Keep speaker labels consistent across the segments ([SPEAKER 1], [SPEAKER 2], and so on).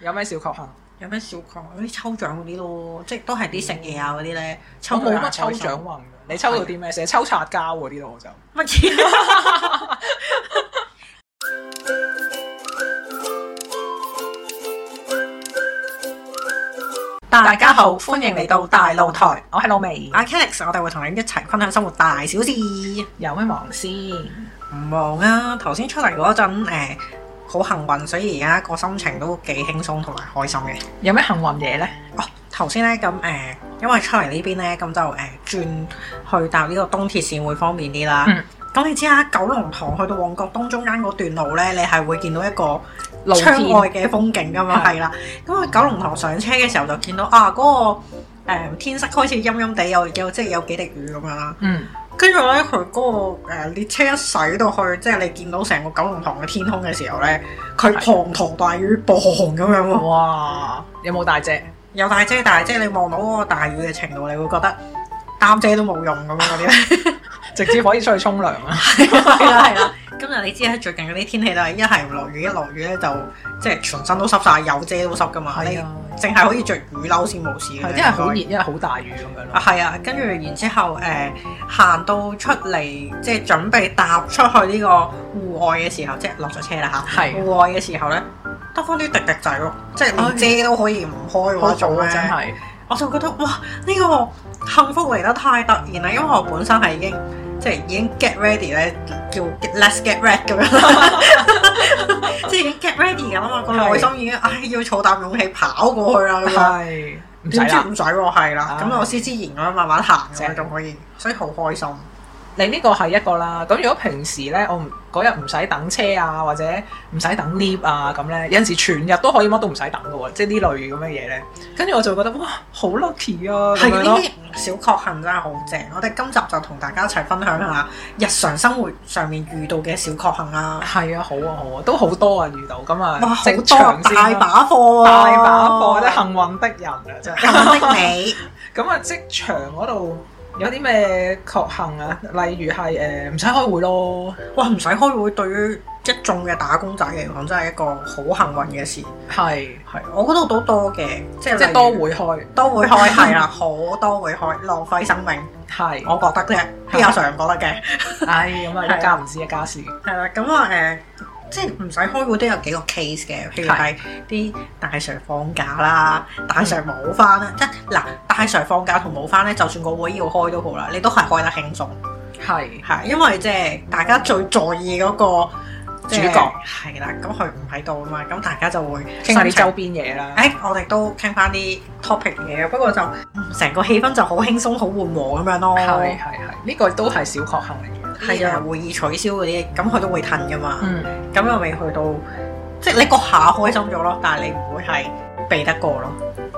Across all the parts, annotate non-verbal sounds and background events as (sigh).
[SPEAKER 1] 有咩小確幸？
[SPEAKER 2] 有咩小確？嗰啲抽獎嗰啲咯，即係都係啲食嘢啊嗰啲咧，抽
[SPEAKER 1] 嗯我
[SPEAKER 2] 到
[SPEAKER 1] 冇
[SPEAKER 2] 又
[SPEAKER 1] 乜抽
[SPEAKER 2] 開心
[SPEAKER 1] 獎運㗎，你抽到啲咩？成日抽擦膠嗰啲咯，我就。
[SPEAKER 2] 乜嘢？ (laughs) 大家好，歡迎嚟到大露台。
[SPEAKER 1] 我係老味，
[SPEAKER 2] 阿 Kelix，我哋會同你一齊分享生活大小事。
[SPEAKER 1] 有咩忙先？
[SPEAKER 2] 唔忙啊！頭先出嚟嗰陣，誒、好幸運，所以而家個心情都幾輕鬆同埋開心嘅。
[SPEAKER 1] 有咩幸運嘢咧？
[SPEAKER 2] 哦，頭先咧咁誒，因為出嚟呢邊咧，咁就誒、轉去搭呢個東鐵線會方便啲啦。
[SPEAKER 1] 嗯
[SPEAKER 2] 咁你知啦，九龍塘去到旺角東中間嗰段路咧，你係會見到一個
[SPEAKER 1] 露
[SPEAKER 2] 窗
[SPEAKER 1] 天
[SPEAKER 2] 外嘅風景噶嘛，
[SPEAKER 1] 係
[SPEAKER 2] 係啦。咁我九龍塘上車嘅時候就見到啊，嗰、個、誒天色開始陰陰地，有有即係有幾滴雨咁樣啦。
[SPEAKER 1] 嗯，
[SPEAKER 2] 跟住咧，佢嗰、個、誒列車一駛到去，即係你見到成個九龍塘嘅天空嘅時候咧，佢滂沱大雨磅咁樣喎。
[SPEAKER 1] 哇！有冇大隻？
[SPEAKER 2] 有大遮大遮，你望到嗰個大雨嘅程度，你會覺得擔遮都冇用咁樣嗰啲
[SPEAKER 1] (laughs)
[SPEAKER 2] 咧。
[SPEAKER 1] 直接可以出去沖涼啊！
[SPEAKER 2] 係啦係啦， (laughs) 今日你知喺最近嗰啲天氣啦，一係落雨，一落雨咧就即係全身都濕晒，有遮都濕噶嘛。你
[SPEAKER 1] 係啊，
[SPEAKER 2] 淨 (laughs) 係可以着雨褸先冇事嘅啫。
[SPEAKER 1] 係因為好熱，
[SPEAKER 2] 應
[SPEAKER 1] 因為好大雨咁樣
[SPEAKER 2] 該。啊
[SPEAKER 1] 咯。
[SPEAKER 2] 係啊，跟住然之後誒，呃行、到出嚟，即係準備踏出去呢個戶外嘅時候，即係落咗車啦嚇。
[SPEAKER 1] 係
[SPEAKER 2] 戶外嘅時候咧，得翻啲滴滴仔咯，即係連遮都可以唔開嗰種咧。
[SPEAKER 1] 啊，真係。
[SPEAKER 2] 我就覺得哇，呢、個幸福嚟得太突然啦，因為我本身係已經即係已經 get ready 咧，叫 get, let's get ready 咁
[SPEAKER 1] (laughs)
[SPEAKER 2] 樣啦，即係已經 get ready 㗎啦嘛，個內心已經唉、要儲啖勇氣跑過去啦咁樣。
[SPEAKER 1] 係。唔使
[SPEAKER 2] 點知
[SPEAKER 1] 啦，啊
[SPEAKER 2] 唔使喎，係啦，
[SPEAKER 1] 唉
[SPEAKER 2] 咁我先之然咁樣慢慢行咁樣
[SPEAKER 1] 正
[SPEAKER 2] 仲可以，所以好開心。
[SPEAKER 1] 你呢個係一個啦。咁如果平時咧，我唔嗰日唔使等車啊，或者唔使等 lift 啊，咁咧有陣時全日都可以乜都唔使等嘅喎，即係呢類咁嘅嘢咧。跟住我就覺得哇，好 lucky 啊咁
[SPEAKER 2] 係
[SPEAKER 1] 樣
[SPEAKER 2] 呢
[SPEAKER 1] 咯。
[SPEAKER 2] 啲小確幸真係好正，我哋今集就同大家一齊分享下日常生活上面遇到嘅小確幸啦。
[SPEAKER 1] 係啊，好啊，好啊，都好多啊，遇到咁啊，
[SPEAKER 2] 哇，好
[SPEAKER 1] 職
[SPEAKER 2] 多啊
[SPEAKER 1] 場先
[SPEAKER 2] 大
[SPEAKER 1] 啦
[SPEAKER 2] 把啊貨喎，
[SPEAKER 1] 大把貨，真係幸運的人啊，真係。
[SPEAKER 2] 幸福的你。
[SPEAKER 1] 咁啊，職場嗰度有啲咩確幸啊？例如係誒唔使開會咯，
[SPEAKER 2] (laughs) 哇！唔使開會，對於一眾嘅打工仔嚟講，真係一個好幸運嘅事。
[SPEAKER 1] 係
[SPEAKER 2] 係，我嗰度都多嘅，即係
[SPEAKER 1] 即係
[SPEAKER 2] 例
[SPEAKER 1] 多
[SPEAKER 2] 如
[SPEAKER 1] 會開，
[SPEAKER 2] 都會開，係啦，好多會開，浪費生命，
[SPEAKER 1] 係
[SPEAKER 2] 我覺
[SPEAKER 1] (laughs)
[SPEAKER 2] 得啫，
[SPEAKER 1] 係
[SPEAKER 2] 邊有常唔覺得嘅？
[SPEAKER 1] 唉咁啊，
[SPEAKER 2] 係啊
[SPEAKER 1] 一家唔知一家事，
[SPEAKER 2] 係啦，咁啊誒，即係唔使開會都有幾個 case 嘅，譬如係啲大 Sir 放假啦，大 Sir 冇翻啦，即係嗱，大 Sir 放假同冇翻咧，就算個會要開都好啦，你都係開得輕鬆。
[SPEAKER 1] 係
[SPEAKER 2] 係，因為即係大家最在意嗰、個即係
[SPEAKER 1] 主角
[SPEAKER 2] 係啦，咁佢唔喺度啊嘛，咁大家就會
[SPEAKER 1] 傾下啲周
[SPEAKER 2] 心情。
[SPEAKER 1] 邊嘢啦
[SPEAKER 2] 誒、，我哋都傾翻啲 topic 嘢，不過就嗯成、個氣氛就好輕鬆、好緩和咁樣咯。
[SPEAKER 1] 係係係，呢個都係小確幸嚟嘅，
[SPEAKER 2] 係啊，會議取消嗰啲，咁佢都會褪噶嘛。
[SPEAKER 1] 嗯，
[SPEAKER 2] 咁又未去到，即係你個下開心咗咯，但係你唔會係避得過咯。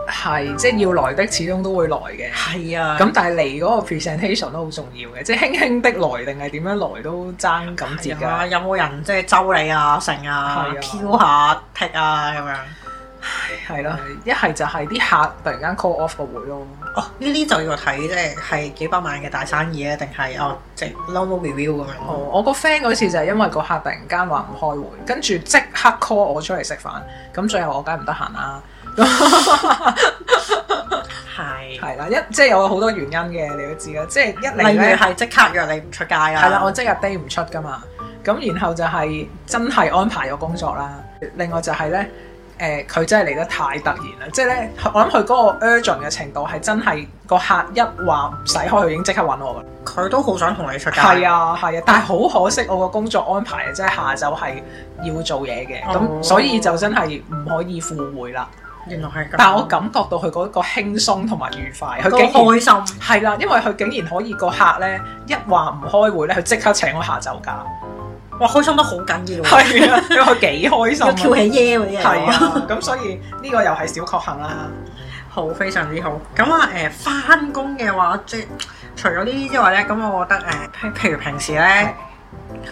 [SPEAKER 1] 係即係要來的，始終都會來嘅。
[SPEAKER 2] 係啊咁
[SPEAKER 1] 咁但係嚟嗰個 presentation 都好重要嘅，即係輕輕的來定係點樣來都爭咁
[SPEAKER 2] 係
[SPEAKER 1] 節
[SPEAKER 2] 啊，
[SPEAKER 1] 㗎。
[SPEAKER 2] 有冇人即係周你啊、成啊
[SPEAKER 1] 係啊、
[SPEAKER 2] 挑下、踢啊咁樣？
[SPEAKER 1] 係咯，一係就係啲客突然間 call off 個會咯。
[SPEAKER 2] 哦，呢啲就要睇，即係係幾百萬嘅大生意咧，定係哦，即係 normal review 咁樣。
[SPEAKER 1] 哦，我個 friend 嗰次就係因為個客突然間話唔開會，跟住即刻 call 我出嚟食飯，咁最後我梗係唔得閒啦。 (laughs)
[SPEAKER 2] 係，
[SPEAKER 1] 係啦，一即係有好多原因嘅，你都知啦。即係一嚟
[SPEAKER 2] 例如
[SPEAKER 1] 咧，
[SPEAKER 2] 係即刻約你唔出街啊啦。
[SPEAKER 1] 係啦，我即日 day 唔出噶嘛。咁然後就係真係安排咗工作啦。另外就係咧，誒、佢真係嚟得太突然啦，即係咧，我諗佢嗰個 urgent 嘅程度係真係個客一話唔使開，佢已經即刻揾我㗎啦
[SPEAKER 2] 佢都好想同你出街。
[SPEAKER 1] 係，啊，係啊，但係好可惜，我個工作安排啊，即係下晝係要做嘢嘅，咁、
[SPEAKER 2] 哦
[SPEAKER 1] 所以就真係唔可以赴會啦。
[SPEAKER 2] 原來係咁。
[SPEAKER 1] 但係我感覺到佢嗰個輕鬆同埋愉快，佢
[SPEAKER 2] 都
[SPEAKER 1] 竟然
[SPEAKER 2] 開心，
[SPEAKER 1] 係啦，因為佢竟然可以個客咧一話唔開會咧，佢即刻請我下晝假，
[SPEAKER 2] 哇，開心得好緊要啊，
[SPEAKER 1] (laughs)
[SPEAKER 2] (laughs)
[SPEAKER 1] 係啊，因為佢幾開心
[SPEAKER 2] 要翹
[SPEAKER 1] 啊，
[SPEAKER 2] 起耶嗰啲
[SPEAKER 1] 係
[SPEAKER 2] 啊，
[SPEAKER 1] 啊，咁所以呢個又係小確幸啦，
[SPEAKER 2] 好非常之好。咁啊誒，翻工嘅話，即係除咗呢啲之外咧，咁我覺得誒，譬譬如平時咧。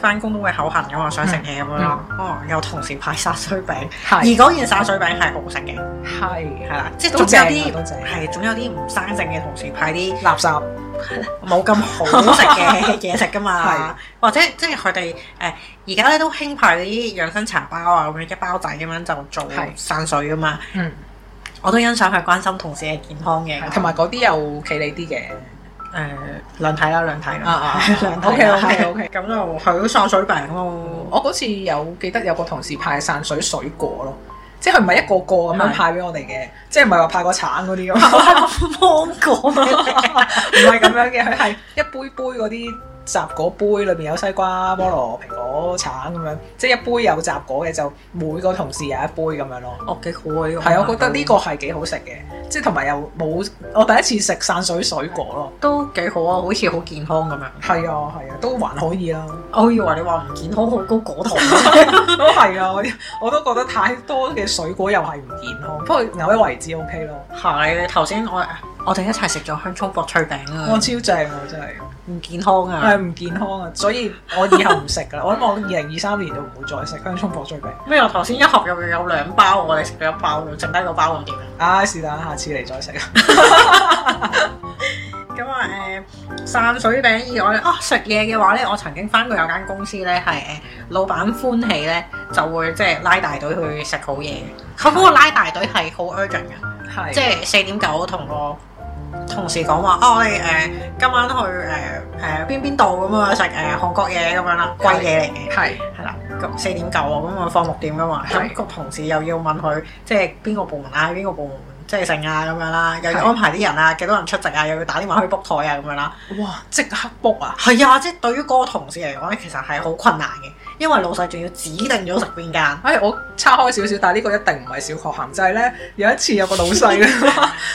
[SPEAKER 2] 翻工都會口痕噶嘛，想食嘢咁樣咯。哦，有同事派殺水餅，而
[SPEAKER 1] 嗯係
[SPEAKER 2] 嗰件散水餅係好食嘅，
[SPEAKER 1] 係
[SPEAKER 2] 係啦，即係
[SPEAKER 1] 都
[SPEAKER 2] 總有
[SPEAKER 1] 正啊都
[SPEAKER 2] 啲
[SPEAKER 1] 正
[SPEAKER 2] 係總有啲唔生性嘅同事
[SPEAKER 1] (laughs)
[SPEAKER 2] 派啲
[SPEAKER 1] 垃圾，
[SPEAKER 2] 冇咁好食嘅 (laughs) 嘢食噶嘛
[SPEAKER 1] 係，
[SPEAKER 2] 或者即係佢哋誒而家咧都興派啲養生茶包啊咁樣一包仔咁樣就做
[SPEAKER 1] 係
[SPEAKER 2] 散水噶嘛，
[SPEAKER 1] 嗯，
[SPEAKER 2] 我都欣賞佢關心同事嘅健康嘅，
[SPEAKER 1] 同埋嗰啲又企理啲嘅，
[SPEAKER 2] 誒兩睇啦兩睇
[SPEAKER 1] 啊
[SPEAKER 2] 啦
[SPEAKER 1] 啊
[SPEAKER 2] 兩睇啦
[SPEAKER 1] OK，OK，OK
[SPEAKER 2] 咁就佢都散水病咯。
[SPEAKER 1] (laughs) 我嗰次有記得有個同事派散水水果咯，即係佢唔係一個個咁樣
[SPEAKER 2] 係
[SPEAKER 1] 派俾我哋嘅，即係唔係話派個橙嗰啲
[SPEAKER 2] (laughs) 我
[SPEAKER 1] 咁，
[SPEAKER 2] 係芒果咩？
[SPEAKER 1] 唔係咁樣嘅，佢係一杯杯嗰啲雜果杯，裏面有西瓜、菠蘿、蘋果、橙咁樣，即係一杯有雜果嘅就每個同事有一杯咁樣咯。
[SPEAKER 2] (laughs) 哦，幾好啊！呢個
[SPEAKER 1] 係，我覺得呢個係幾好食嘅，即係同埋又冇我第一次食散水水果咯。
[SPEAKER 2] 都幾好啊，好似好健康咁樣。
[SPEAKER 1] 係啊，係啊， (laughs) 都還可以啦。
[SPEAKER 2] 我以為你話唔健康，好高果糖。
[SPEAKER 1] 都係啊，我我都覺得太多嘅水果又係唔健康，不過偶一為之 OK 咯。
[SPEAKER 2] 係，你頭先我我哋一齊食咗香葱薄脆餅
[SPEAKER 1] 我
[SPEAKER 2] 啊，
[SPEAKER 1] 超正啊，真係，
[SPEAKER 2] 唔健康啊
[SPEAKER 1] 係！唔健康啊，所以我以後唔食
[SPEAKER 2] (laughs)
[SPEAKER 1] 噶啦。我諗我二零二三年就唔會再食香葱火追餅。
[SPEAKER 2] 咩？我頭先一盒入面有兩包，我哋食咗一包，剩低個包咁點啊？
[SPEAKER 1] 唉，是但，下次嚟再食。啊
[SPEAKER 2] 咁啊誒，散水餅以外咧，啊食嘢嘅話咧，我曾經翻過有間公司咧，係誒老闆歡喜咧，就會即係拉大隊去食好嘢嘅。佢嗰個拉大隊係好 urgent 嘅。
[SPEAKER 1] 係，
[SPEAKER 2] 即
[SPEAKER 1] 係
[SPEAKER 2] 係四點九同個同事講話，啊我哋誒、呃今晚去誒誒邊邊度咁啊食誒韓國嘢咁樣啦，貴嘢嚟嘅，
[SPEAKER 1] 係
[SPEAKER 2] 係啦，咁四點九啊，咁啊放六點噶嘛，咁
[SPEAKER 1] 係
[SPEAKER 2] 個同事又要問佢即係邊個部門啊，邊個部門即係剩啊咁樣啦，又
[SPEAKER 1] 係
[SPEAKER 2] 要安排啲人啊，幾多人出席啊，又要打電話去 book 台啊咁樣啦，
[SPEAKER 1] 哇，即刻 book 啊！
[SPEAKER 2] 係啊，即係對於嗰個同事嚟講咧，其實係好困難嘅，因為老細仲要指定咗食邊間。
[SPEAKER 1] 唉，哎我叉開少少，但係呢個一定唔係小確幸，就係咧有一次有個老細咧，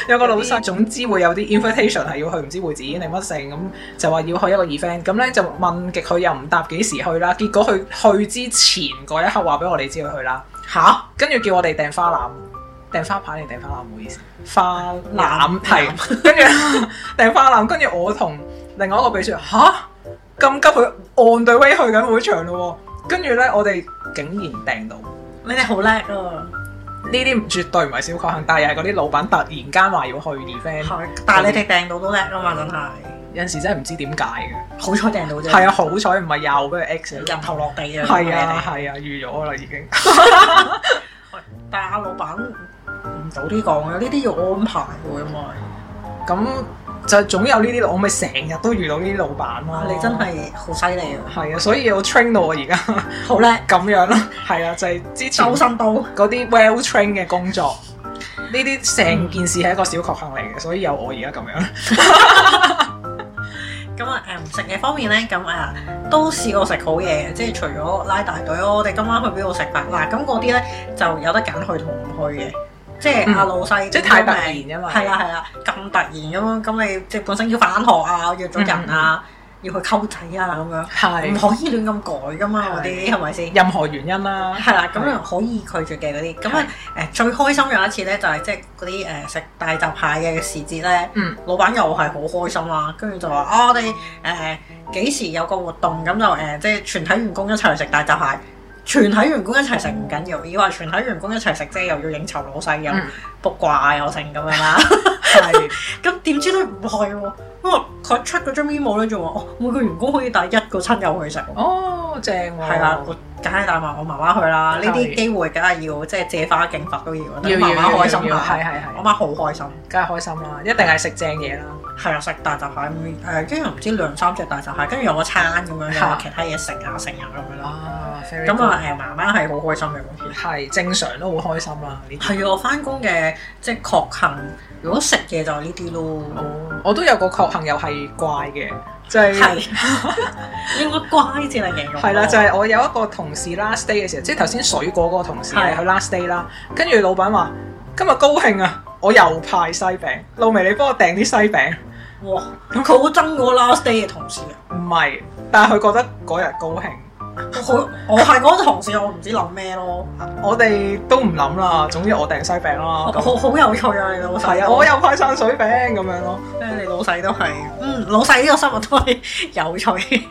[SPEAKER 1] 有個老細，總之會有啲 invitation 係要去唔知會展定乜成咁，就話要去一個 event，咁咧就問極佢又唔答幾時去啦，結果佢去之前嗰一刻話俾我哋知佢去啦，
[SPEAKER 2] 吓？
[SPEAKER 1] 跟住叫我哋訂花籃。訂花牌定訂花籃？唔好意思，花籃
[SPEAKER 2] 籃
[SPEAKER 1] 係跟住 (laughs) 訂花籃，跟住我同另外一個秘書吓咁急佢 on the way 去緊會場咯喎，跟住咧我哋竟然訂到。
[SPEAKER 2] 你哋好叻啊！
[SPEAKER 1] 呢啲絕對唔係小確幸，但係又係嗰啲老闆突然間話要去 event，
[SPEAKER 2] 係但係你哋訂到都叻啊
[SPEAKER 1] 嗯
[SPEAKER 2] 嘛，真係。
[SPEAKER 1] 有陣時真係唔知點解嘅。
[SPEAKER 2] 好彩訂到啫，
[SPEAKER 1] 係啊，好彩唔係又俾佢 X 咗。
[SPEAKER 2] 人頭落地啫。
[SPEAKER 1] 係啊，係啊，預咗啦已經。
[SPEAKER 2] 你哋，但係阿老闆唔早啲講啊嘅，呢啲要安排喎，因為
[SPEAKER 1] 咁就總有呢啲，我咪成日都遇到呢啲老闆
[SPEAKER 2] 哇
[SPEAKER 1] 咯。
[SPEAKER 2] 你真係好犀利啊，
[SPEAKER 1] 係啊，所以我 train 到我而家
[SPEAKER 2] 好叻，
[SPEAKER 1] 咁樣咯。係啊，就係、之前
[SPEAKER 2] 周
[SPEAKER 1] 嗰
[SPEAKER 2] 身刀。
[SPEAKER 1] 啲 well train 嘅工作，呢啲成件事係一個小確幸嚟
[SPEAKER 2] 嗯
[SPEAKER 1] 嘅，所以有我而家咁樣。 (laughs)
[SPEAKER 2] 咁啊誒食嘢方面咧，咁啊都試過食好嘢嘅，即係除咗拉大隊咯，我哋今晚去邊度食飯嗱，咁嗰啲咧就有得揀去同唔去嘅。即係阿
[SPEAKER 1] 嗯
[SPEAKER 2] 老細
[SPEAKER 1] 即係太突
[SPEAKER 2] 點咗名
[SPEAKER 1] 然啊嘛
[SPEAKER 2] 係啦係啦，咁突然咁樣，咁你即係本身要返學啊，約咗人啊，要去溝仔啊咁樣，唔
[SPEAKER 1] 嗯係
[SPEAKER 2] 可以亂咁改噶嘛，嗰啲係咪先？
[SPEAKER 1] 任何原因啦。
[SPEAKER 2] 係啦，咁樣可以拒絕嘅嗰啲，咁啊誒最開心有一次咧，就係即係嗰啲呃誒食大閘蟹嘅時節咧，
[SPEAKER 1] 嗯
[SPEAKER 2] 老闆又係好開心啦，跟住就話啊我哋誒幾時有個活動，咁就誒即係全體員工一齊去食大閘蟹，全體員工一齊食唔緊要，以為全體員工一齊食啫，又要應酬老細，又
[SPEAKER 1] 嗯
[SPEAKER 2] 卜卦又成咁樣啦， (laughs)
[SPEAKER 1] 係
[SPEAKER 2] 咁點知咧唔係喎，因為佢出嗰張 memo 咧就話哦每個員工可以帶一個親友去食喎。
[SPEAKER 1] (laughs) 哦，正喎。
[SPEAKER 2] 係啦，我梗係帶埋我媽媽去啦。呢啲
[SPEAKER 1] 係
[SPEAKER 2] 機會梗係要即係借花敬佛都要，等
[SPEAKER 1] 要
[SPEAKER 2] 媽媽開心
[SPEAKER 1] 要係
[SPEAKER 2] 下。
[SPEAKER 1] 係
[SPEAKER 2] 我
[SPEAKER 1] 係，
[SPEAKER 2] 媽好開心，
[SPEAKER 1] 梗係開心啦，一定係食正嘢啦，
[SPEAKER 2] 係啊，食大閘蟹，嗯誒跟住唔知兩三隻大閘蟹，跟住有個餐咁樣，
[SPEAKER 1] 嚇
[SPEAKER 2] 有其他嘢食啊成啊咁樣啦。
[SPEAKER 1] 啊，
[SPEAKER 2] 咁啊誒，媽媽係好開心嘅嗰次。
[SPEAKER 1] 係正常都好開心啦呢啲。
[SPEAKER 2] 係啊，我翻工嘅即係確幸，如果食嘢就係呢啲咯。
[SPEAKER 1] 哦，我都有個確幸又係怪嘅，就係、
[SPEAKER 2] 係應該乖至嚟形容。
[SPEAKER 1] 係啦，就係、我有一個同事 last day 嘅時候，即係頭先水果嗰個同事
[SPEAKER 2] 係
[SPEAKER 1] 係佢 last day 啦，跟住老闆話今日高興啊，我又派西餅，露媚你幫我訂啲西餅，
[SPEAKER 2] 哇！佢好憎我 last day 嘅同事啊！
[SPEAKER 1] 唔係，但係佢覺得嗰日高興。
[SPEAKER 2] 我好我係嗰個同事，我唔知諗咩咯。
[SPEAKER 1] 我哋都唔諗啦，總之我訂西餅啦。哦咁
[SPEAKER 2] 好好有趣啊！你老細
[SPEAKER 1] 係啊，我又派散水餅咁樣咯。
[SPEAKER 2] 你老細都係，嗯，老細呢個生活都係 (laughs) 有趣。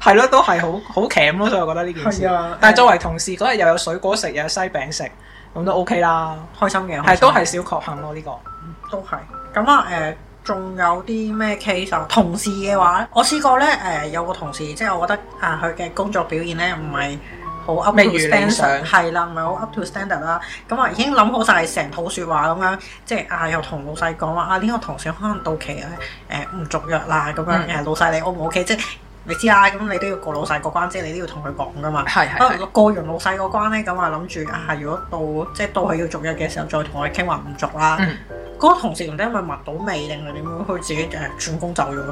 [SPEAKER 1] 係咯，都係好好鉗咯，所以我覺得呢件事。
[SPEAKER 2] 啊
[SPEAKER 1] 但係作為同事嗰日又有水果食，又有西餅食，咁都 OK 啦。
[SPEAKER 2] 開心嘅，開
[SPEAKER 1] 係
[SPEAKER 2] 心
[SPEAKER 1] 都係小確幸咯，呢個
[SPEAKER 2] 都係。咁啊誒，仲、有啲咩 case 啊？同事嘅話，我試過咧誒、有個同事，即係我覺得啊，佢嘅工作表現咧唔係好 up to
[SPEAKER 1] 未如理想
[SPEAKER 2] standard，係啦，唔係好 up to standard 啦。咁啊已經諗好晒成套説話咁樣，即係啊又同老細講話啊呢、個同事可能到期咧誒唔續約啦咁樣誒、
[SPEAKER 1] 嗯
[SPEAKER 2] 老細你 O 唔 OK 即係？你知啦，咁你都要過老細個關，即係你都要同佢講噶嘛。
[SPEAKER 1] 係係
[SPEAKER 2] 啊
[SPEAKER 1] 係，
[SPEAKER 2] 過完老細個關咧，咁啊諗住啊，如果到即係到佢要續約嘅時候，再同佢傾話唔續啦。
[SPEAKER 1] 嗯，
[SPEAKER 2] 嗰個同事唔知係咪聞到味定係點樣，佢自己誒轉工走咗。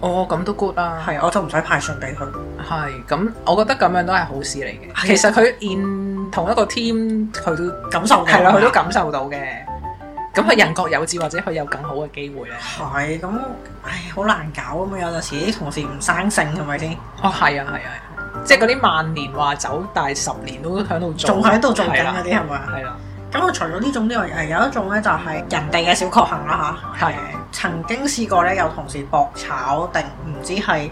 [SPEAKER 1] 哦咁都 good 啦。
[SPEAKER 2] 係，啊我就唔使派信俾佢。
[SPEAKER 1] 係咁，我覺得咁樣都係好事嚟
[SPEAKER 2] 係啊啊
[SPEAKER 1] 嘅。其實佢 in 同一個 team，佢都
[SPEAKER 2] 感受到
[SPEAKER 1] 係啦，佢都感受到嘅。咁
[SPEAKER 2] 啊
[SPEAKER 1] 佢人各有志，或者佢有更好嘅機會咧。
[SPEAKER 2] 係咁，唉，好難搞咁啊！有陣時啲同事唔生性係咪先？
[SPEAKER 1] 哦，係啊，係啊，係啊即係嗰啲萬年話走，但係十年都喺度做，
[SPEAKER 2] 仲喺度做緊
[SPEAKER 1] 係啦
[SPEAKER 2] 嗰啲係咪啊？
[SPEAKER 1] 係啦，
[SPEAKER 2] 咁我除咗呢種之外，誒有一種咧就係人哋嘅小確幸啦嚇。
[SPEAKER 1] 係
[SPEAKER 2] 誒曾經試過咧，有同事搏炒定唔知係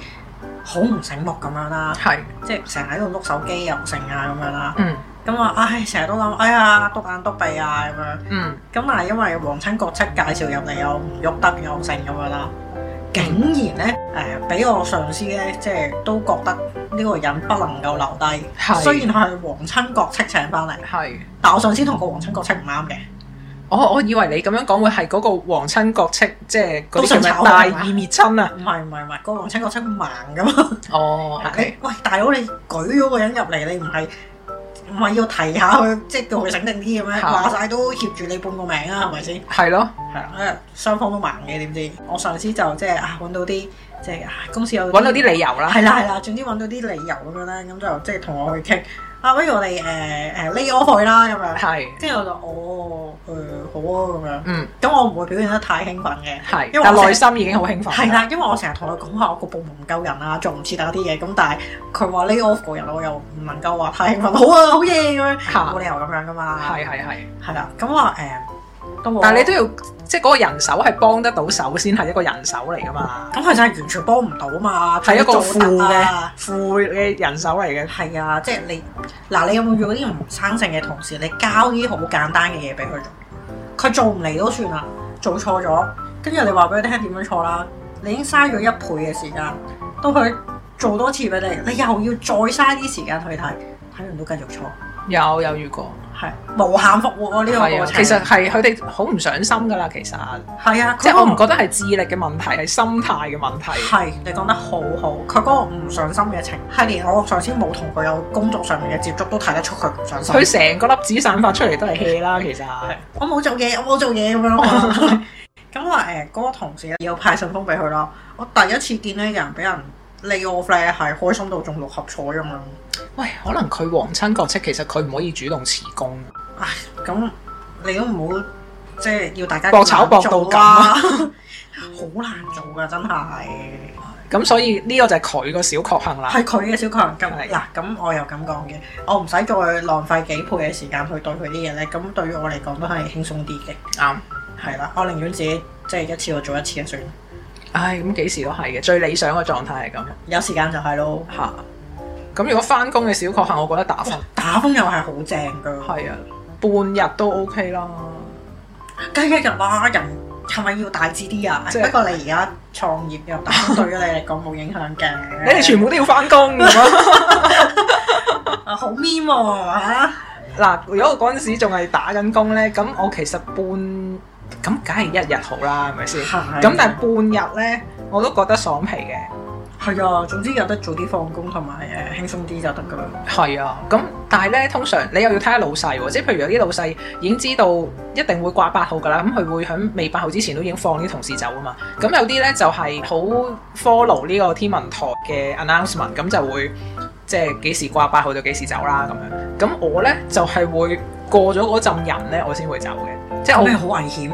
[SPEAKER 2] 好唔醒目咁樣啦，
[SPEAKER 1] 係，
[SPEAKER 2] 即係成日喺度碌手機又成啊咁樣啦。
[SPEAKER 1] 嗯
[SPEAKER 2] 咁啊，唉，成日都諗，哎呀，篤眼篤鼻啊咁樣。
[SPEAKER 1] 嗯，
[SPEAKER 2] 咁但係因為皇親國戚介紹入嚟又唔喐得又成咁樣啦，竟然咧誒俾我上司咧即係都覺得呢個人不能夠留低。
[SPEAKER 1] 係
[SPEAKER 2] 雖然係皇親國戚請翻嚟，
[SPEAKER 1] 係。
[SPEAKER 2] 但我上司同個皇親國戚唔啱嘅，
[SPEAKER 1] 我我以為你咁樣講會係嗰個皇親國戚，即係嗰
[SPEAKER 2] 都
[SPEAKER 1] 啲
[SPEAKER 2] 想
[SPEAKER 1] 叫
[SPEAKER 2] 炒
[SPEAKER 1] 咩
[SPEAKER 2] 佢
[SPEAKER 1] 大
[SPEAKER 2] 係嘛
[SPEAKER 1] 義滅親啊！
[SPEAKER 2] 唔係唔係唔係，個皇親國戚盲噶嘛。
[SPEAKER 1] 哦
[SPEAKER 2] 你喂大佬，你舉咗個人入嚟，你唔係唔係要提下佢，即係叫佢醒定啲咁樣，
[SPEAKER 1] 嚇
[SPEAKER 2] 話晒都協住你半個名啊，係咪先？
[SPEAKER 1] 係咯，
[SPEAKER 2] 係啦，因為雙方都盲嘅，點知我上司就即係啊揾到啲即係啊公司有
[SPEAKER 1] 揾到啲理由啦，
[SPEAKER 2] 係啦係啦，總之揾到啲理由咁樣啦，咁就即係同我去傾啊，不如我哋誒誒 lay off 佢啦咁樣，
[SPEAKER 1] 係，
[SPEAKER 2] 跟住我就哦誒、好啊
[SPEAKER 1] 嗯，
[SPEAKER 2] 咁樣，咁我唔會表現得太興奮嘅，
[SPEAKER 1] 係，
[SPEAKER 2] 因為
[SPEAKER 1] 但
[SPEAKER 2] 我
[SPEAKER 1] 內心已經好興奮。
[SPEAKER 2] 係，啦，因為我成日同佢講話我個部門唔夠人啊，做唔切啊啲嘢，咁但係佢話 lay off 個人，我又唔能夠話太興奮，好啊好嘢咁樣，
[SPEAKER 1] 嚇
[SPEAKER 2] 冇理由咁樣噶嘛，
[SPEAKER 1] 係係係，
[SPEAKER 2] 係啦，咁話誒都冇，
[SPEAKER 1] 但係你都要即係嗰個人手係幫得到手先係一個人手嚟噶嘛，
[SPEAKER 2] 咁佢就係完全幫唔到嘛，
[SPEAKER 1] 係一個
[SPEAKER 2] 做
[SPEAKER 1] 副
[SPEAKER 2] 得
[SPEAKER 1] 嘅
[SPEAKER 2] 啊。
[SPEAKER 1] 副嘅人手嚟嘅。
[SPEAKER 2] 係啊，即係你嗱，你有冇遇過啲唔生性嘅同事？你交啲好簡單嘅嘢俾佢做，佢做唔嚟都算啦，做錯咗，跟住你話俾佢聽點樣錯啦，你已經嘥咗一倍嘅時間，到佢做多次俾你，你又要再嘥啲時間去睇，睇完都繼續錯，
[SPEAKER 1] 有有遇過，
[SPEAKER 2] 係無限復活喎呢個
[SPEAKER 1] 係
[SPEAKER 2] 過
[SPEAKER 1] 啊，
[SPEAKER 2] 程。
[SPEAKER 1] 其實係佢哋好唔上心噶啦，其實
[SPEAKER 2] 係啊，
[SPEAKER 1] 即係
[SPEAKER 2] 係
[SPEAKER 1] 我唔覺得係智力嘅問題，係心態嘅問題。
[SPEAKER 2] 係，你講得好好。佢嗰個唔上心嘅情，係連我上司冇同佢有工作上面嘅接觸都睇得出佢唔上心。
[SPEAKER 1] 佢成個粒子散發出嚟都係 hea 啦，其實
[SPEAKER 2] 係我冇做嘢，我冇做嘢咁樣咯。 (laughs) 咁話誒，嗰個同事要派信封俾佢咯。我第一次見呢，有人俾人 lay off 咧，係開心到中六合彩咁樣。
[SPEAKER 1] 喂，可能佢皇親國戚，其實佢唔可以主動辭工。
[SPEAKER 2] 唉，咁你都唔好即係要大家
[SPEAKER 1] 搏炒搏到咁啊
[SPEAKER 2] 啦，啊 (laughs) 好難做噶，真係。
[SPEAKER 1] 咁所以呢個就係佢個小確幸啦。
[SPEAKER 2] 係佢嘅小強咁
[SPEAKER 1] 係
[SPEAKER 2] 嗱，咁我又咁講嘅，我唔使再浪費幾倍嘅時間去對佢啲嘢咧，咁對於我嚟講都係輕鬆啲嘅，
[SPEAKER 1] 啱，
[SPEAKER 2] 係啦，我寧願自己即係一次過做一次就算啦，
[SPEAKER 1] 唉，咁幾時都係嘅，最理想嘅狀態係咁
[SPEAKER 2] 有時間就係咯。
[SPEAKER 1] 嚇。咁如果翻工嘅小確幸，我覺得打風
[SPEAKER 2] 打風又係好正噶，
[SPEAKER 1] 係啊，半日都 OK 啦。
[SPEAKER 2] 雞一日哇人係咪要大支啲啊？
[SPEAKER 1] 即係
[SPEAKER 2] 不過你而家創業又打風對於你嚟講冇影響嘅。
[SPEAKER 1] 你哋全部都要翻工咁樣
[SPEAKER 2] 啊好 mean 喎嚇
[SPEAKER 1] (laughs) 嗱，如果我嗰陣時仲係打緊工咧，咁我其實半咁梗係一日好啦，係咪先？
[SPEAKER 2] 係
[SPEAKER 1] 咁但係半日咧，我都覺得爽皮嘅。
[SPEAKER 2] 係啊，總之有得早啲放工同埋誒輕鬆啲就得噶啦。
[SPEAKER 1] 係啊，咁但係咧，通常你又要睇下老細喎，即係譬如有啲老細已經知道一定會掛八號㗎啦，咁佢會喺未八號之前都已經放啲同事走啊嘛。咁有啲咧就係、好 follow 呢個天文台嘅 announcement，咁就會即係幾時掛八號就幾時走啦咁樣。咁我咧就係、會過咗嗰陣人咧，我先會走嘅，即係
[SPEAKER 2] 咁
[SPEAKER 1] 我
[SPEAKER 2] 你好危險，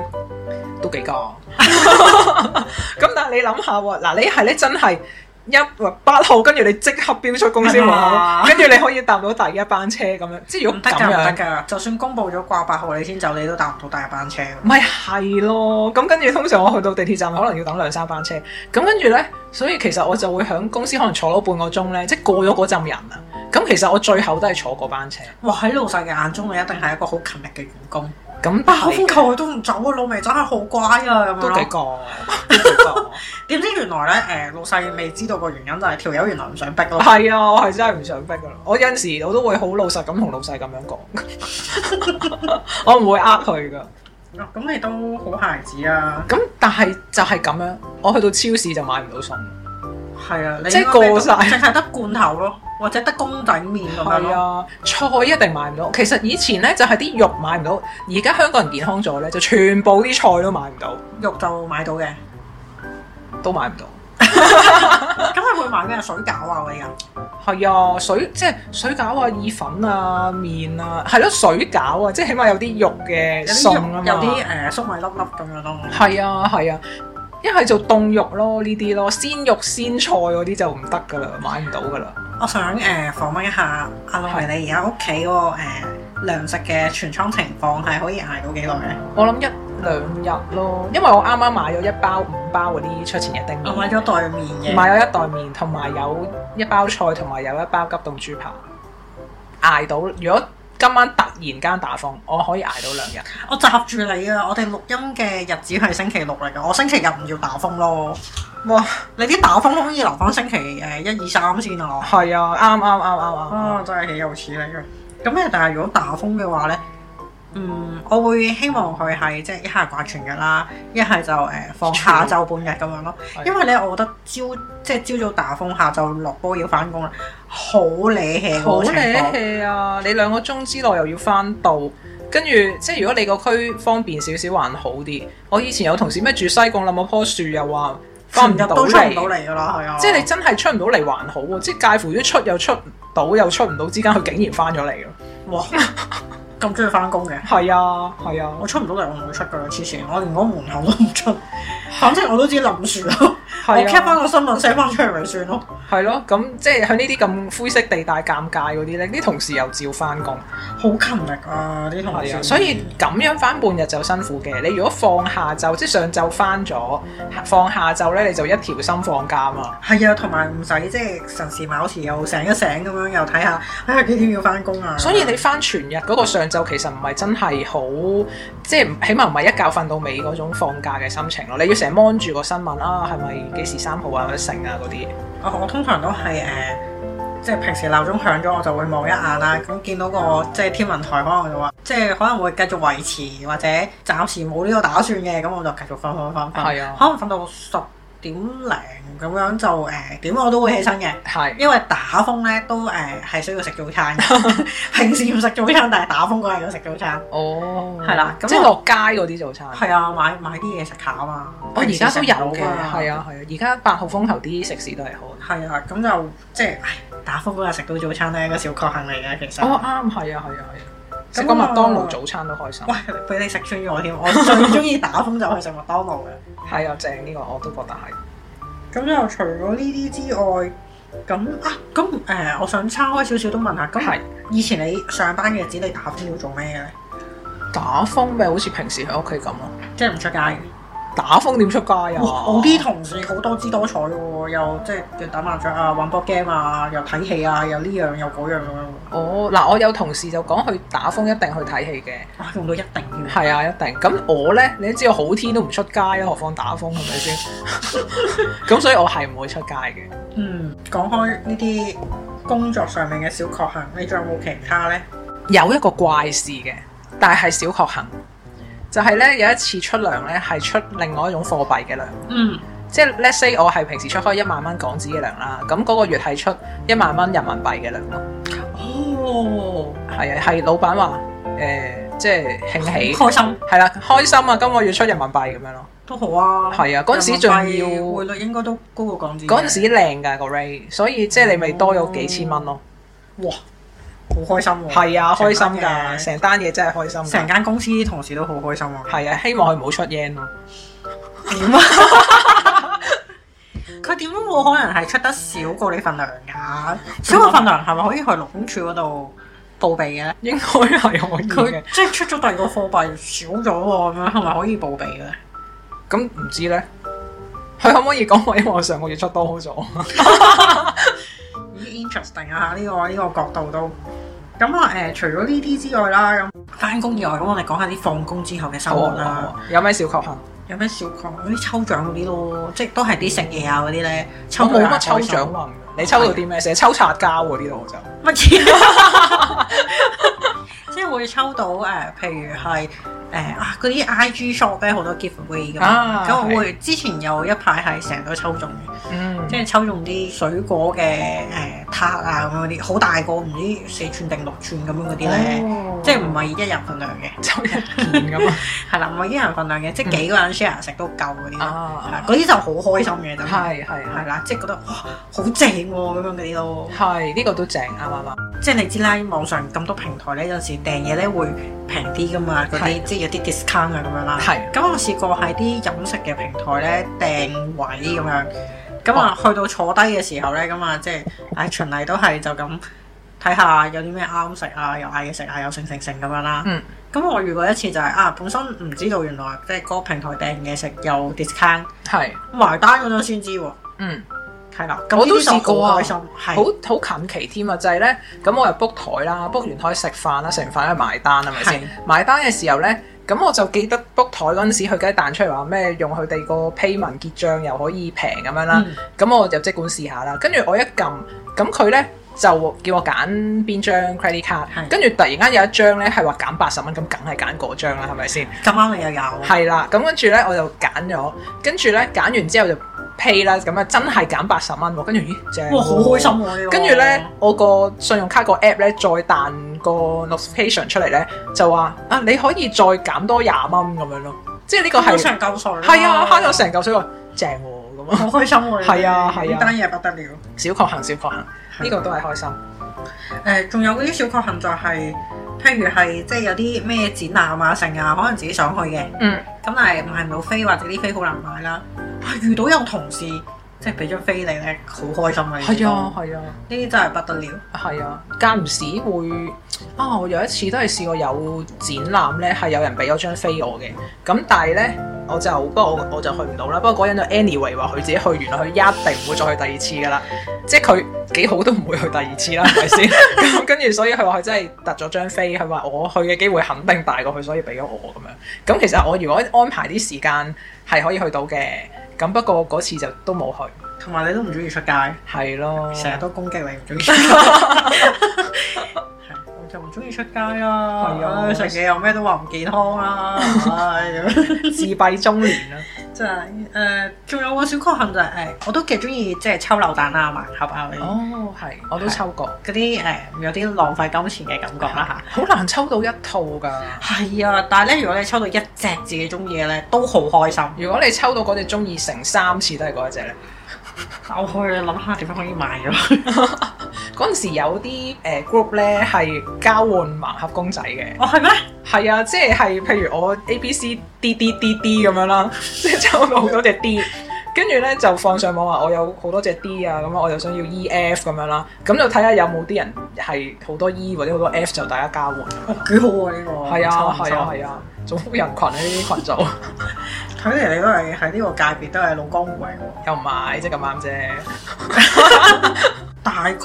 [SPEAKER 1] 都幾
[SPEAKER 2] (laughs)
[SPEAKER 1] 高啊。咁但係你諗下喎，嗱你係咧真係一或八號，跟住你即刻飆出公司門
[SPEAKER 2] 係嘛
[SPEAKER 1] 口，跟住你可以搭到第一班車咁樣。即係如
[SPEAKER 2] 啊唔
[SPEAKER 1] 果
[SPEAKER 2] 得
[SPEAKER 1] 咁
[SPEAKER 2] 㗎唔得
[SPEAKER 1] 樣，
[SPEAKER 2] 㗎，就算公佈咗掛八號你先走，你都搭唔到大班車。
[SPEAKER 1] 咪係咯。咁跟住通常我去到地鐵站，可能要等兩三班車。咁跟住咧，所以其實我就會喺公司可能坐咗半個鐘咧，即係過咗嗰陣人啊。咁其其實我最後都係坐嗰班車，
[SPEAKER 2] 哇！喺老細嘅眼中，你一定係一個好勤力嘅員工。
[SPEAKER 1] 咁
[SPEAKER 2] 啊，我風球佢都唔走啊，老味真係好乖啊咁
[SPEAKER 1] 都
[SPEAKER 2] 樣
[SPEAKER 1] 幾
[SPEAKER 2] 咯。
[SPEAKER 1] 個，都幾個，
[SPEAKER 2] 點知原來咧，誒、老細未知道個原因就係條友原來唔想逼咯。
[SPEAKER 1] 係啊，我係真係唔想逼噶啦。我有陣時我都會好老實咁同老細咁樣講， (laughs) 我唔會呃佢噶。
[SPEAKER 2] 哦咁你都好孩子啊，
[SPEAKER 1] 咁但係就係咁樣，我去到超市就買唔到餸，
[SPEAKER 2] 係啊，你
[SPEAKER 1] 即係
[SPEAKER 2] 應該俾
[SPEAKER 1] 過
[SPEAKER 2] 到
[SPEAKER 1] 晒
[SPEAKER 2] 淨係得罐頭咯，或者得公仔麵咁樣
[SPEAKER 1] 係
[SPEAKER 2] 咯。
[SPEAKER 1] 啊，菜一定買唔到。其實以前呢，就係啲肉買唔到，而家香港人健康咗呢，就全部啲菜都買唔到，
[SPEAKER 2] 肉就買到嘅，
[SPEAKER 1] 都買唔到。
[SPEAKER 2] 咁你會買咩水餃啊嗰啲啊？
[SPEAKER 1] 係啊，水即係水餃啊、意粉啊、麵啊，係咯、水餃啊，即係起碼有啲肉嘅
[SPEAKER 2] 有啲
[SPEAKER 1] 餸
[SPEAKER 2] 肉
[SPEAKER 1] 啊嘛。
[SPEAKER 2] 有啲誒粟米粒粒咁樣咯。
[SPEAKER 1] 係啊係啊，一係就凍肉咯呢啲咯，鮮肉鮮菜嗰啲就唔得噶啦，買唔到噶啦。
[SPEAKER 2] 我想誒、呃、訪問一下阿老維，你而家屋企嗰個誒糧食嘅存倉情況係可以捱到幾耐咧？
[SPEAKER 1] 我諗一兩日咯，因為我啱啱買咗一包五包嗰啲出前一丁
[SPEAKER 2] 哦我買
[SPEAKER 1] 麵，
[SPEAKER 2] 咗袋麵嘅，
[SPEAKER 1] 買咗一袋麵，同埋有一包菜，同埋有一包急凍豬扒，捱到。如果今晚突然間打風，我可以捱到兩日。
[SPEAKER 2] 我閘住你啊！我哋錄音嘅日子係星期六嚟㗎，我星期日唔要打風咯。
[SPEAKER 1] 哇！
[SPEAKER 2] 你啲打風可以留翻星期誒一二三先啊！
[SPEAKER 1] 係啊，啱啱啱啱啱。
[SPEAKER 2] 啊，真係幾有錢嚟嘅。咁咧，但係如果打風嘅話咧，嗯，我會希望佢係即係一下掛全日啦，一係就誒、呃放下晝半日咁樣咯。
[SPEAKER 1] 係
[SPEAKER 2] 因為咧，我覺得朝即係朝早打風，下晝落波要翻工啦，好理氣
[SPEAKER 1] 好
[SPEAKER 2] 好情
[SPEAKER 1] 咧
[SPEAKER 2] 況。
[SPEAKER 1] 氣啊！你兩個鐘之內又要翻到，跟住即係如果你個區方便少少還好啲。我以前有同事咩住西貢冧嗰棵樹又話翻唔
[SPEAKER 2] 全日
[SPEAKER 1] 到
[SPEAKER 2] 都出唔到
[SPEAKER 1] 嚟，
[SPEAKER 2] 嚟㗎啦，係啊！
[SPEAKER 1] 即係你真係出唔到嚟還好喎，即係介乎於出又出唔到又出唔到之間，佢竟然翻咗嚟咯。
[SPEAKER 2] 哇咁中意翻工嘅，
[SPEAKER 1] 係啊，係啊，
[SPEAKER 2] 我出唔到嚟，我唔會出㗎啦，黐線！我連嗰門口都唔出，反正我都知冧樹咯。我
[SPEAKER 1] 係
[SPEAKER 2] cap 翻
[SPEAKER 1] 啊，
[SPEAKER 2] 個新聞寫翻出嚟咪算咯。
[SPEAKER 1] 係咯。咁即係喺呢啲咁灰色地帶尷尬嗰啲咧，啲同事又照翻工。
[SPEAKER 2] 好勤力啊！啲同
[SPEAKER 1] 係啊，
[SPEAKER 2] 事，
[SPEAKER 1] 所以咁樣翻半日就辛苦嘅。你如果放下晝，即係上晝翻咗，放下晝咧你就一條心放假嘛。
[SPEAKER 2] 係啊，同埋唔使即係神時卯時又醒一醒咁樣，又睇下啊幾點要翻工啊！
[SPEAKER 1] 所以你翻全日嗰個上晝其實唔係真係好，即係起碼唔係一覺瞓到尾嗰種放假嘅心情咯。你要成日 mon 住個新聞啊，係咪幾時三號啊或者成啊嗰啲。
[SPEAKER 2] 我我通常都係誒、呃即係平時鬧鐘響咗，我就會望一眼啦。咁見到個即係天文台可能就話，即係可能會繼續維持或者暫時冇呢個打算嘅，咁我就繼續瞓瞓瞓瞓。
[SPEAKER 1] 係啊
[SPEAKER 2] 可能瞓到十點零咁樣就誒點、我都會起身嘅。
[SPEAKER 1] 係
[SPEAKER 2] 因為打風咧都誒係、需要食早
[SPEAKER 1] (laughs)
[SPEAKER 2] 餐嘅，平時唔食早餐，但係打風嗰日要食早餐。
[SPEAKER 1] 哦，
[SPEAKER 2] 係啦咁
[SPEAKER 1] 即係
[SPEAKER 2] 我
[SPEAKER 1] 落街嗰啲早餐。
[SPEAKER 2] 係啊，買買啲嘢食下啊嘛。
[SPEAKER 1] 我哦而家都有嘅，
[SPEAKER 2] 平時食唔到㗎
[SPEAKER 1] 係。啊係啊，而家八號風球啲食肆都係好。
[SPEAKER 2] 係啊，咁就即係唉打風嗰日食到早餐咧，個小確幸嚟嘅其實。
[SPEAKER 1] 哦啱，係啊係啊係啊，食
[SPEAKER 2] 咁
[SPEAKER 1] 個
[SPEAKER 2] 啊
[SPEAKER 1] 麥當勞早餐都開心。
[SPEAKER 2] 喂，俾你食穿咗我添，我最中意打風就去食麥當
[SPEAKER 1] (laughs)
[SPEAKER 2] 勞嘅。
[SPEAKER 1] 係啊，正呢個我都覺得係。
[SPEAKER 2] 咁就除咗呢啲之外，咁啊咁誒、呃我想岔開少少都問下，咁
[SPEAKER 1] 係
[SPEAKER 2] 以前你上班嘅日子你打風要做咩嘅咧？
[SPEAKER 1] 打風咪好似平時喺屋企咁咯。
[SPEAKER 2] 即係唔出街嘅。
[SPEAKER 1] 打風點出街啊？
[SPEAKER 2] 哇我啲同事好多姿多彩嘅喎，又即係又打麻雀啊，玩 board game 啊，又睇戲啊，又呢樣又嗰樣咁樣喎。
[SPEAKER 1] 哦，嗱，我有同事就講佢打風一定去睇戲嘅，
[SPEAKER 2] 哇，用到一定要。
[SPEAKER 1] 係啊，一定。咁我呢，你都知道好天都唔出街啦，何況打風係咪
[SPEAKER 2] (laughs)
[SPEAKER 1] 先？咁所以我係唔會出街嘅。
[SPEAKER 2] 嗯，講開呢啲工作上面嘅小確幸，你仲有冇其他呢？
[SPEAKER 1] 有一個怪事嘅，但係係小確幸，就係、呢，有一次出糧呢，係出另外一種貨幣嘅糧。
[SPEAKER 2] 嗯，
[SPEAKER 1] 即係 let's say 我係平時出開一萬蚊港紙嘅糧啦，咁嗰個月係出一萬蚊人民幣嘅糧咯。
[SPEAKER 2] 哦，
[SPEAKER 1] 係啊，係老闆話誒、即係興起，
[SPEAKER 2] 開心
[SPEAKER 1] 係啦，開心啊！今個月出人民幣咁樣咯，
[SPEAKER 2] 都好啊。
[SPEAKER 1] 係啊嗰陣時仲要
[SPEAKER 2] 人民幣匯率應該都高過港紙嘅。
[SPEAKER 1] 嗰陣時靚㗎個 rate，所以即係你咪多咗幾千蚊咯。
[SPEAKER 2] 哇，好開心喎！
[SPEAKER 1] 係啊，開心㗎，
[SPEAKER 2] 哦成
[SPEAKER 1] 成單嘢真係開心
[SPEAKER 2] 間嘢
[SPEAKER 1] 㗎。
[SPEAKER 2] 成間公司啲同事都好開心 (laughs) 啊。
[SPEAKER 1] 係啊，希望佢唔好出 yen 咯。
[SPEAKER 2] 點啊？佢點都冇可能係出得少過你份糧㗎，少過份糧係咪可以去勞工處嗰度報備嘅咧？
[SPEAKER 1] 應該係可以
[SPEAKER 2] 佢
[SPEAKER 1] 嘅。
[SPEAKER 2] 即係出咗第二個貨幣少咗喎，咁樣係咪可以報備嘅咧？
[SPEAKER 1] 咁唔知咧，佢可唔可以講話因為我上個月出多咗？
[SPEAKER 2] 咦 interesting 啊！呢、個呢、個角度都咁啊誒，除咗呢啲之外啦，咁翻工以外，咁我哋講下啲放工之後嘅生
[SPEAKER 1] 好
[SPEAKER 2] 活
[SPEAKER 1] 啊好
[SPEAKER 2] 啦。
[SPEAKER 1] 啊，有咩小確幸？
[SPEAKER 2] 有咩小確嗰啲抽獎嗰啲咯，即係都係啲食嘢啊嗰啲咧。抽
[SPEAKER 1] 我冇
[SPEAKER 2] 到啊
[SPEAKER 1] 乜抽
[SPEAKER 2] 開心
[SPEAKER 1] 獎運，你抽到啲咩？成日抽擦膠喎呢度我就。
[SPEAKER 2] 乜嘢？ (laughs) 即係會抽到誒、呃譬如係誒、呃啊嗰啲 IG shop 咧好多 giveaway 咁，咁、
[SPEAKER 1] 啊
[SPEAKER 2] 我會之前有一排係成日都抽中嘅，
[SPEAKER 1] 嗯
[SPEAKER 2] 即係抽中啲水果嘅誒塔啊咁樣嗰啲，好大個唔知四寸定六寸咁樣嗰啲咧，
[SPEAKER 1] 哦
[SPEAKER 2] 即係唔係一人份量
[SPEAKER 1] (laughs)
[SPEAKER 2] 嘅，
[SPEAKER 1] 抽一件咁啊
[SPEAKER 2] 係啦，唔係一人份量嘅，即係幾個人 share 食都夠嗰啲咯，係啦
[SPEAKER 1] 嗯啊，
[SPEAKER 2] 嗰啲就好開心嘅真 (laughs) 係。
[SPEAKER 1] 係係係
[SPEAKER 2] 係啦，即係覺得哇好正喎咁樣嗰啲咯，
[SPEAKER 1] 係呢個都正啱啱啱。
[SPEAKER 2] 即係你知啦，網上咁多平台咧，有時訂嘢咧會平啲噶嘛，嗰啲
[SPEAKER 1] 係
[SPEAKER 2] 即係有啲 discount 啊咁樣啦。
[SPEAKER 1] 係
[SPEAKER 2] 咁我試過喺啲飲食嘅平台咧訂位咁樣，咁
[SPEAKER 1] 哦
[SPEAKER 2] 啊去到坐低嘅時候咧，咁啊即係唉循例都係就咁睇下有啲咩啱食啊，有嗌嘢食啊，有剩剩剩咁樣啦。
[SPEAKER 1] 嗯
[SPEAKER 2] 咁我遇過一次就係、啊，本身唔知道原來即係嗰個平台訂嘢食有 discount，
[SPEAKER 1] 係
[SPEAKER 2] 埋單嗰陣先知喎。
[SPEAKER 1] 嗯。
[SPEAKER 2] 係啦，
[SPEAKER 1] 我都
[SPEAKER 2] 試
[SPEAKER 1] 試過啊
[SPEAKER 2] 開心，係
[SPEAKER 1] 好好近期添啊！就係咧，咁我又 book 台啦，book 完台食飯啦，食完飯去埋單啊係咪
[SPEAKER 2] 係
[SPEAKER 1] 先？埋單嘅時候咧，咁我就記得 book 台嗰陣時，佢梗係彈出嚟話咩用佢哋個 payment 結帳又可以平咁樣啦。
[SPEAKER 2] 嗯
[SPEAKER 1] 咁、我就即管試下啦。跟住我一撳，咁佢咧就叫我揀邊張 credit 卡
[SPEAKER 2] 係，
[SPEAKER 1] 跟住突然間有一張咧係話減八十蚊，咁梗係揀嗰張啦，係咪先？
[SPEAKER 2] 咁啱你又有，
[SPEAKER 1] 係啦，咁跟住咧我就揀咗，跟住咧揀完之後就 pay 啦，咁啊真係減八十蚊喎，跟住咦正喎，
[SPEAKER 2] 哇好開心喎呢個，
[SPEAKER 1] 跟住咧，我個信用卡個 app 咧再彈個 notification 出嚟咧，就話啊你可以再減多廿蚊咁樣咯，即係呢個
[SPEAKER 2] 咁都
[SPEAKER 1] 係
[SPEAKER 2] 上夠數啦，
[SPEAKER 1] 係啊，慳咗成嚿水喎，正喎咁啊，
[SPEAKER 2] 好開心喎，
[SPEAKER 1] 係啊係啊
[SPEAKER 2] 呢單嘢不得了。
[SPEAKER 1] 小確幸小確幸，呢個都係開心，
[SPEAKER 2] 誒，呃仲有嗰啲小確幸就係，譬如係即係有啲咩展覽啊、成啊，可能自己想去嘅，咁
[SPEAKER 1] 嗯
[SPEAKER 2] 但係買唔到飛或者啲飛好難買啦，啊遇到有同事即係俾張飛你咧，好開心啊！呢啲
[SPEAKER 1] 係啊
[SPEAKER 2] 都，
[SPEAKER 1] 係啊。
[SPEAKER 2] 呢啲真係不得了，
[SPEAKER 1] 係啊，間唔時會啊！我有一次都係試過有展覽咧，係有人俾咗張飛我嘅，咁但係咧我就不過我我就去唔到啦。不過嗰人就 anyway 話佢自己去完啦，佢一定唔會再去第二次噶啦，即係佢幾好都唔會去第二次啦，係咪
[SPEAKER 2] (laughs)
[SPEAKER 1] 先？咁跟住所以佢話佢真係突咗張飛，佢話我去嘅機會肯定大過佢，所以俾咗我咁樣。咁其實我如果安排啲時間係可以去到嘅，咁不過嗰次就都冇去，
[SPEAKER 2] 同埋你都唔中意出街，
[SPEAKER 1] 係咯，
[SPEAKER 2] 成日都攻擊你唔中意出
[SPEAKER 1] (laughs)
[SPEAKER 2] 街，係我就唔中意出街啦，
[SPEAKER 1] 係啊
[SPEAKER 2] 唉食嘢又咩都話唔健康啦，唉咁樣
[SPEAKER 1] 自閉中年啊啦，
[SPEAKER 2] 真係誒，仲、有個小確幸就係、誒，我都幾中意即係抽流蛋啊、盲盒啊嗰啲
[SPEAKER 1] 哦係，我都抽過。
[SPEAKER 2] 嗰啲誒有啲浪費金錢嘅感覺啦
[SPEAKER 1] (laughs) 好難抽到一套㗎。
[SPEAKER 2] 嚇。係啊，但係咧，如果你抽到一隻自己中意嘅咧，都好開心。
[SPEAKER 1] 如果你抽到嗰隻中意成三次都係嗰一隻 (laughs) 咧，
[SPEAKER 2] 我去諗下點樣可以買咗。
[SPEAKER 1] 嗰陣時有啲誒、呃 group 咧係交換盲盒公仔嘅，
[SPEAKER 2] (laughs) 哦，係咩？
[SPEAKER 1] 係啊，即係係譬如我 A B C D D D D 咁樣啦， (laughs) 即係抽到好多隻 D，跟住咧就放上網話我有好多隻 D 啊，咁我就想要 E F 咁樣啦，咁就睇下有冇啲人係好多 E 或者好多 F 就大家交換。
[SPEAKER 2] 哦，幾好喎呢個。
[SPEAKER 1] 係啊
[SPEAKER 2] 抽唔
[SPEAKER 1] 係
[SPEAKER 2] 抽
[SPEAKER 1] 啊係啊，造福人群啊呢啲群組
[SPEAKER 2] 睇嚟你都係喺呢個界別都係老江湖嚟喎。
[SPEAKER 1] 又唔係即係咁啱啫。
[SPEAKER 2] 大概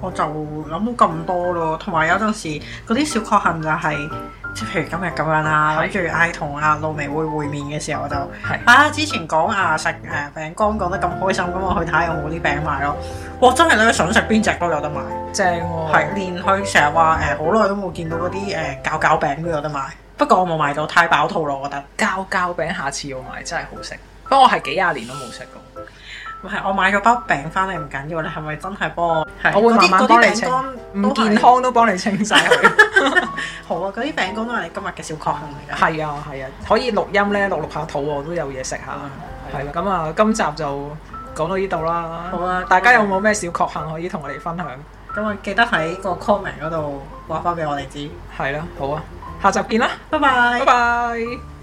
[SPEAKER 2] 我就諗到咁多咯，同埋有陣時嗰啲小確幸就係、即係譬如今日咁樣啦，諗
[SPEAKER 1] 係
[SPEAKER 2] 住嗌同阿露薇會會面嘅時候，我就
[SPEAKER 1] 係
[SPEAKER 2] 啊之前講啊食誒餅乾講得咁開心，咁我去睇下有冇啲餅賣咯。哇！真係你想食邊只都有得買，
[SPEAKER 1] 正喎、
[SPEAKER 2] 係、連佢成日話誒好耐都冇見到嗰啲誒餃餃餅都有得買。不過我冇買到，太飽肚咯，我覺得。
[SPEAKER 1] 膠膠餅下次要買，真係好食。不過我係幾廿年都冇食過。
[SPEAKER 2] 唔係我買咗包餅翻嚟唔緊要，你係咪真係幫我？係
[SPEAKER 1] 我會
[SPEAKER 2] 嗰
[SPEAKER 1] 慢
[SPEAKER 2] 啲
[SPEAKER 1] 慢幫
[SPEAKER 2] 嗰啲
[SPEAKER 1] 你
[SPEAKER 2] 餅
[SPEAKER 1] 清
[SPEAKER 2] 乾
[SPEAKER 1] 唔
[SPEAKER 2] 都係
[SPEAKER 1] 健康都幫你清晒
[SPEAKER 2] (laughs)
[SPEAKER 1] 佢。
[SPEAKER 2] 好啊！嗰啲餅乾都係你今日嘅小確幸嚟㗎。
[SPEAKER 1] 係啊係啊，可以錄音咧，錄錄下肚我都有嘢食下。
[SPEAKER 2] 嗯
[SPEAKER 1] 係啦，咁啊，今集就講到呢度啦。
[SPEAKER 2] 好啊
[SPEAKER 1] 大家有冇咩小確幸可以同我哋分享？
[SPEAKER 2] 咁啊，記得喺個 comment 嗰度話翻俾我哋知。
[SPEAKER 1] 係啦，好啊，下集見啦，
[SPEAKER 2] 拜拜
[SPEAKER 1] 拜。拜。